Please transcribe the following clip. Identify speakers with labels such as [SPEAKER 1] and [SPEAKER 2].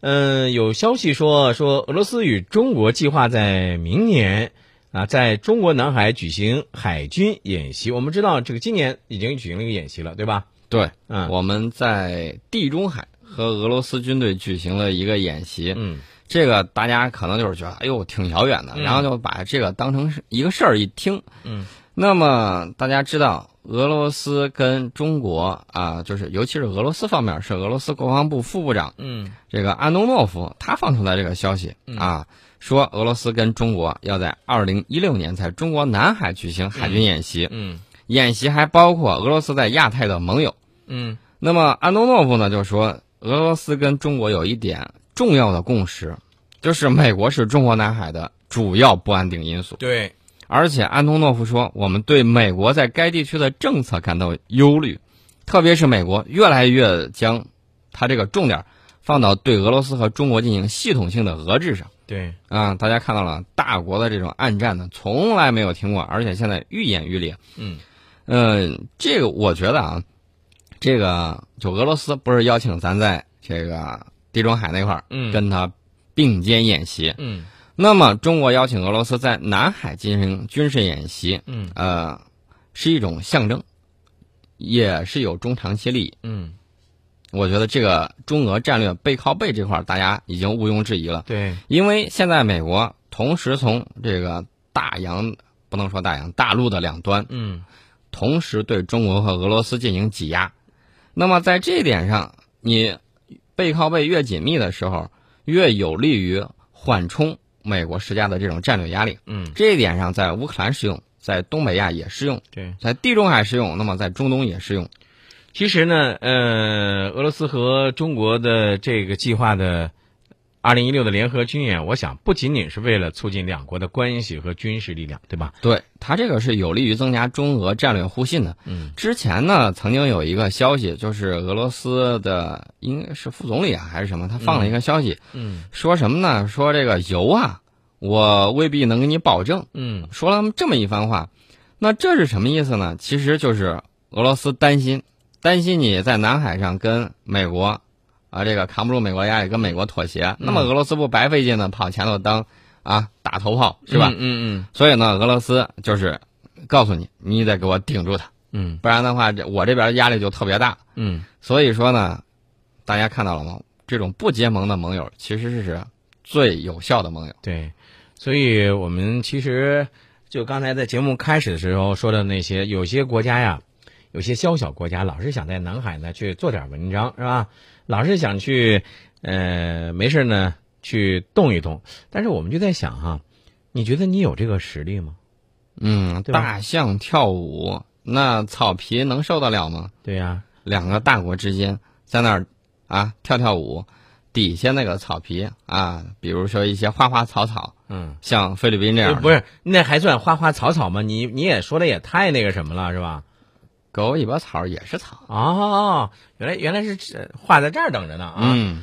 [SPEAKER 1] 嗯，有消息说，说俄罗斯与中国计划在明年啊，在中国南海举行海军演习。我们知道，这个今年已经举行了一个演习了，对吧？
[SPEAKER 2] 对，
[SPEAKER 1] 嗯
[SPEAKER 2] 我们在地中海和俄罗斯军队举行了一个演习。
[SPEAKER 1] 嗯，
[SPEAKER 2] 这个大家可能就是觉得，哎呦，挺遥远的，
[SPEAKER 1] 嗯
[SPEAKER 2] 然后就把这个当成是一个事儿一听。
[SPEAKER 1] 嗯，
[SPEAKER 2] 那么大家知道，俄罗斯跟中国啊，就是尤其是俄罗斯方面，是俄罗斯国防部副部长
[SPEAKER 1] 嗯
[SPEAKER 2] 这个安东诺夫他放出来这个消息啊，说俄罗斯跟中国要在二零一六年在中国南海举行海军演习，
[SPEAKER 1] 嗯
[SPEAKER 2] 演习还包括俄罗斯在亚太的盟友。
[SPEAKER 1] 嗯
[SPEAKER 2] 那么安东诺夫呢就说，俄罗斯跟中国有一点重要的共识，就是美国是中国南海的主要不安定因素。
[SPEAKER 1] 对，
[SPEAKER 2] 而且安东诺夫说，我们对美国在该地区的政策感到忧虑，特别是美国越来越将它这个重点放到对俄罗斯和中国进行系统性的遏制上。
[SPEAKER 1] 对，
[SPEAKER 2] 啊，大家看到了，大国的这种暗战呢，从来没有停过，而且现在愈演愈烈。
[SPEAKER 1] 嗯
[SPEAKER 2] 嗯，这个我觉得啊，这个就俄罗斯不是邀请咱在这个地中海那块儿
[SPEAKER 1] 嗯
[SPEAKER 2] 跟他并肩演习，
[SPEAKER 1] 嗯
[SPEAKER 2] 那么中国邀请俄罗斯在南海进行军事演习，
[SPEAKER 1] 嗯
[SPEAKER 2] 呃，是一种象征，也是有中长期利益。
[SPEAKER 1] 嗯，
[SPEAKER 2] 我觉得这个中俄战略背靠背这块儿，大家已经毋庸置疑了。
[SPEAKER 1] 对，
[SPEAKER 2] 因为现在美国同时从这个大洋不能说大洋大陆的两端，
[SPEAKER 1] 嗯
[SPEAKER 2] 同时对中国和俄罗斯进行挤压。那么在这一点上，你背靠背越紧密的时候，越有利于缓冲美国施加的这种战略压力。
[SPEAKER 1] 嗯
[SPEAKER 2] 这一点上，在乌克兰适用，在东北亚也适用，
[SPEAKER 1] 对。
[SPEAKER 2] 在地中海适用，那么在中东也适用。
[SPEAKER 1] 其实呢，呃，俄罗斯和中国的这个计划的二零一六的联合军演，我想不仅仅是为了促进两国的关系和军事力量，对吧？
[SPEAKER 2] 对，它这个是有利于增加中俄战略互信的。
[SPEAKER 1] 嗯，
[SPEAKER 2] 之前呢，曾经有一个消息，就是俄罗斯的应该是副总理啊还是什么，他放了一个消息，
[SPEAKER 1] 嗯
[SPEAKER 2] 说什么呢？说这个油啊，我未必能给你保证。
[SPEAKER 1] 嗯
[SPEAKER 2] 说了这么一番话，那这是什么意思呢？其实就是俄罗斯担心，担心你在南海上跟美国啊这个扛不住美国压力，跟美国妥协，
[SPEAKER 1] 嗯
[SPEAKER 2] 那么俄罗斯不白费劲呢，跑前头当啊打头炮是吧？
[SPEAKER 1] 嗯
[SPEAKER 2] 所以呢，俄罗斯就是告诉你，你得给我顶住它。
[SPEAKER 1] 嗯
[SPEAKER 2] 不然的话，这我这边压力就特别大。
[SPEAKER 1] 嗯嗯，
[SPEAKER 2] 所以说呢，大家看到了吗？这种不结盟的盟友其实是最有效的盟友。
[SPEAKER 1] 对，所以我们其实就刚才在节目开始的时候说的那些，有些国家呀，有些小小国家老是想在南海呢去做点文章，是吧？老是想去，呃，没事呢去动一动。但是我们就在想哈、你觉得你有这个实力吗？
[SPEAKER 2] 嗯，
[SPEAKER 1] 对吧
[SPEAKER 2] 大象跳舞，那草皮能受得了吗？
[SPEAKER 1] 对呀、
[SPEAKER 2] 两个大国之间在那儿啊跳跳舞，底下那个草皮啊，比如说一些花花草草，
[SPEAKER 1] 嗯。
[SPEAKER 2] 像菲律宾这样的，
[SPEAKER 1] 呃不是，那还算花花草草吗？你你也说的也太那个什么了，是吧？
[SPEAKER 2] 狗尾巴草也是草。
[SPEAKER 1] 呃哦，原来原来是这画在这儿等着呢啊！
[SPEAKER 2] 嗯，